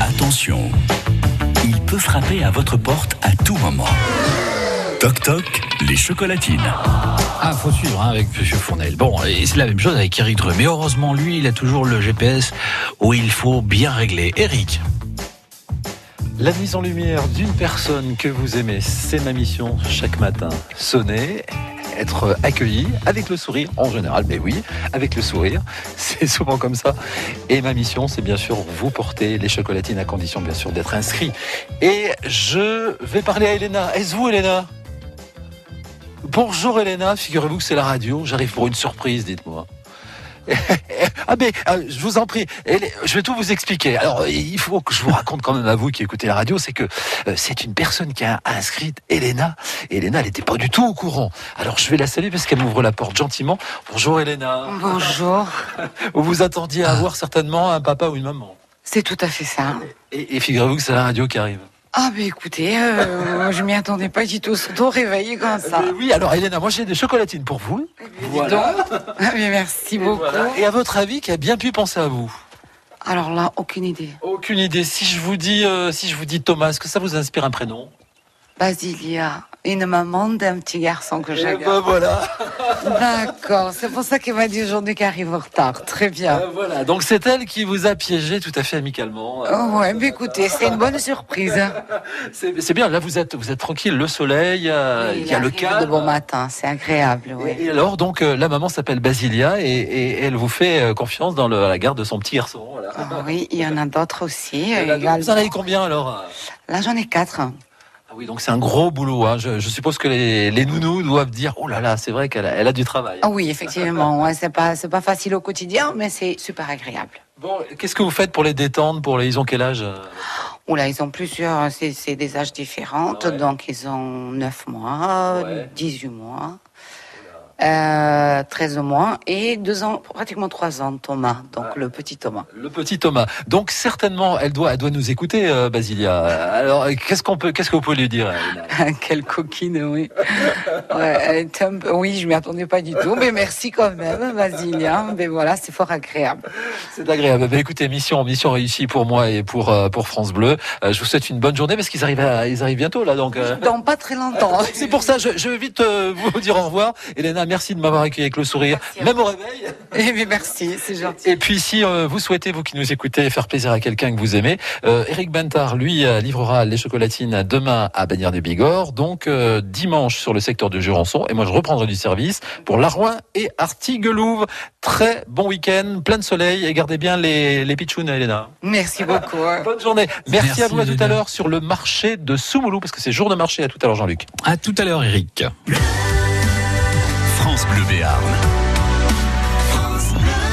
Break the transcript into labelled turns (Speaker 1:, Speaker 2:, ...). Speaker 1: Attention, il peut frapper à votre porte à tout moment. Toc toc, les chocolatines.
Speaker 2: Ah, faut suivre hein, avec Monsieur Fournel. Bon, et c'est la même chose avec Eric Dreux. Mais heureusement, lui, il a toujours le GPS où il faut bien régler. Eric
Speaker 3: La mise en lumière d'une personne que vous aimez, c'est ma mission chaque matin. Sonner, être accueilli avec le sourire en général, mais oui, avec le sourire, c'est souvent comme ça. Et ma mission, c'est bien sûr vous porter les chocolatines à condition bien sûr d'être inscrit. Et je vais parler à Elena. Est-ce vous Elena Bonjour Elena, figurez-vous que c'est la radio, j'arrive pour une surprise, dites-moi. Ah mais euh, je vous en prie, elle- je vais tout vous expliquer. Alors il faut que je vous raconte quand même à vous qui écoutez la radio, c'est que euh, c'est une personne qui a inscrite Elena. Et Elena, elle n'était pas du tout au courant. Alors je vais la saluer parce qu'elle m'ouvre la porte gentiment. Bonjour Elena.
Speaker 4: Bonjour,
Speaker 3: Vous vous attendiez à avoir certainement un papa ou une maman.
Speaker 4: c'est tout à fait ça.
Speaker 3: Et, et figurez-vous que c'est la radio qui arrive.
Speaker 4: Ah ben écoutez, euh, je m'y attendais pas du tout, surtout réveillé comme ça.
Speaker 3: Mais oui, alors Elena, moi j'ai des chocolatines pour vous.
Speaker 4: Dis donc. Ah, mais merci beaucoup.
Speaker 3: Voilà. Et à votre avis, qui a bien pu penser à vous
Speaker 4: Alors là, aucune idée.
Speaker 3: Aucune idée. Si je vous dis, euh, si je vous dis Thomas, est-ce que ça vous inspire un prénom
Speaker 4: Basilia, une maman d'un petit garçon que
Speaker 3: Eh ben,
Speaker 4: j'adore.
Speaker 3: voilà.
Speaker 4: D'accord, c'est pour ça qu'il m'a dit aujourd'hui qu'il arrive en retard. Très bien.
Speaker 3: Euh, voilà. Donc c'est elle qui vous a piégé tout à fait amicalement. Euh,
Speaker 4: Oh, ouais, mais écoutez, c'est une bonne surprise.
Speaker 3: Ah, C'est c'est bien. Là vous êtes, vous êtes tranquille. Le soleil, euh, il y a le
Speaker 4: arrive de
Speaker 3: calme.
Speaker 4: bon matin, c'est agréable, oui.
Speaker 3: Et alors donc euh, la maman s'appelle Basilia et, et elle vous fait euh, confiance dans le- à la garde de son petit garçon. Voilà.
Speaker 4: Ah oui, il y en a d'autres aussi.
Speaker 3: Et là, donc, vous en avez
Speaker 4: également.
Speaker 3: combien alors euh
Speaker 4: Là, j'en ai quatre.
Speaker 3: Ah oui, donc c'est un gros boulot. hein. Je, je suppose que les, les nounous doivent dire Oh là là, c'est vrai qu'elle a, elle a du travail.
Speaker 4: Ah oui, effectivement, ouais, c'est pas c'est pas facile au quotidien, mais c'est super agréable.
Speaker 3: Bon, qu'est-ce que vous faites pour les détendre pour les, Ils ont quel âge euh
Speaker 4: Oula, ils ont plusieurs, c'est c'est des âges différents,
Speaker 3: Ah ouais.
Speaker 4: donc ils ont 9 mois,
Speaker 3: Ouais.
Speaker 4: 18 mois, euh, 13 mois et 2 ans, pratiquement 3 ans, Thomas, donc
Speaker 3: Ah.
Speaker 4: le petit Thomas.
Speaker 3: Le petit Thomas. Donc certainement, elle doit, elle doit nous écouter, euh, Basilia. Alors, euh, qu'est-ce qu'on peut, qu'est-ce que vous pouvez lui dire euh, Elena
Speaker 4: Quelle coquine, oui. Ouais, elle est un peu- oui, je m'y attendais pas du tout, mais merci quand même, Basilia. Mais voilà, c'est fort agréable.
Speaker 3: C'est agréable. Bah, écoutez, mission, mission réussie pour moi et pour euh, pour France Bleu. Euh, je vous souhaite une bonne journée parce qu'ils arrivent, à- ils arrivent bientôt là. Donc. euh,
Speaker 4: Dans pas très longtemps.
Speaker 3: C'est pour ça, je, je vais vite euh, vous dire au revoir. Elena, merci de m'avoir accueilli avec le sourire,
Speaker 4: Merci à
Speaker 3: même au réveil.
Speaker 4: Eh bien, merci, c'est gentil.
Speaker 3: Et puis si euh, vous souhaitez, vous qui nous écoutez, faire plaisir à quelqu'un que vous aimez, euh, Eric Bantard, lui, euh, livrera les chocolatines demain à Bagnères des Bigorre, donc euh, dimanche sur le secteur de Jurançon, et moi je reprendrai du service pour Larouin et Artiguelouve. Très bon week-end, plein de soleil, et gardez bien les, les pitchounes, Elena.
Speaker 4: Merci beaucoup. hein.
Speaker 3: Bonne journée. Merci,
Speaker 2: Merci,
Speaker 3: à vous, à tout à
Speaker 2: Elena.
Speaker 3: l'heure sur le marché de Soumoulou, parce que c'est jour de marché, à tout à l'heure Jean-Luc.
Speaker 2: À tout à l'heure, Eric.
Speaker 1: France Bleu Béarn.
Speaker 5: France Bleu.